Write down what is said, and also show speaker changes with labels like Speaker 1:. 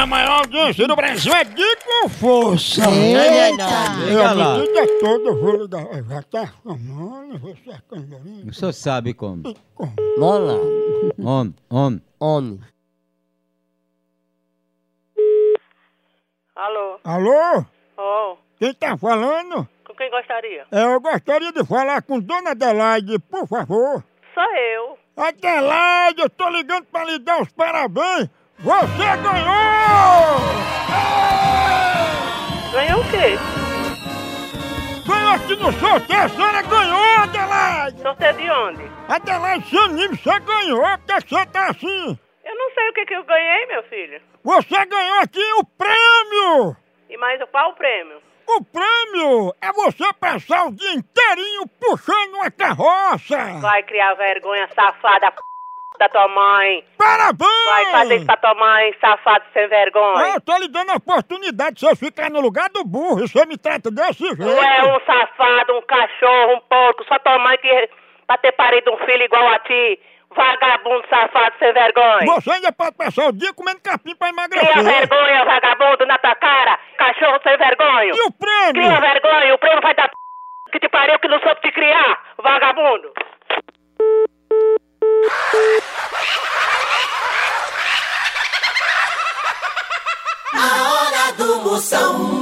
Speaker 1: a maior audiência do Brasil é de com força.
Speaker 2: Eita!
Speaker 3: Liga lá.
Speaker 1: A medida toda eu vou lhe dar. Já tá chamando, vou cercando ali.
Speaker 3: O senhor sabe como.
Speaker 1: Como?
Speaker 2: Vamos lá.
Speaker 3: Homem, homem.
Speaker 2: Homem.
Speaker 4: Alô?
Speaker 1: Alô?
Speaker 4: Oh,
Speaker 1: Quem tá falando?
Speaker 4: com quem gostaria?
Speaker 1: É, eu gostaria de falar com Dona Adelaide, por favor.
Speaker 4: Sou eu.
Speaker 1: Adelaide, eu tô ligando pra lhe dar os parabéns. Você ganhou!
Speaker 4: Ganhou o quê?
Speaker 1: Ganhou aqui no sorteio, a senhora ganhou, Adelaide!
Speaker 4: Sorteio de onde?
Speaker 1: Adelaide, seu anime, você ganhou, porque você tá assim.
Speaker 4: Eu não sei o que, que eu ganhei, meu filho.
Speaker 1: Você ganhou aqui o prêmio!
Speaker 4: E mais qual o prêmio?
Speaker 1: O prêmio é você passar o dia inteirinho puxando uma carroça!
Speaker 4: Vai criar vergonha safada p... da tua mãe.
Speaker 1: Parabéns!
Speaker 4: Vai fazer isso pra tua mãe, safado sem
Speaker 1: Ah,
Speaker 4: vergonha.
Speaker 1: eu tô lhe dando a oportunidade de você ficar no lugar do burro e você me trata desse jeito.
Speaker 4: Tu é um safado, um cachorro, um porco. Só tua mãe que pra ter parido um filho igual a ti. Vagabundo, safado sem vergonha.
Speaker 1: Você é ainda pode passar o dia comendo capim pra
Speaker 4: Cria
Speaker 1: emagrecer.
Speaker 4: vergonha, vagabundo, na tua cara. Cachorro sem vergonha.
Speaker 1: E o
Speaker 4: Cria
Speaker 1: prêmio?
Speaker 4: vergonha, o prêmio vai dar p... que te pariu que não soube te criar, vagabundo!
Speaker 5: A hora do Moção.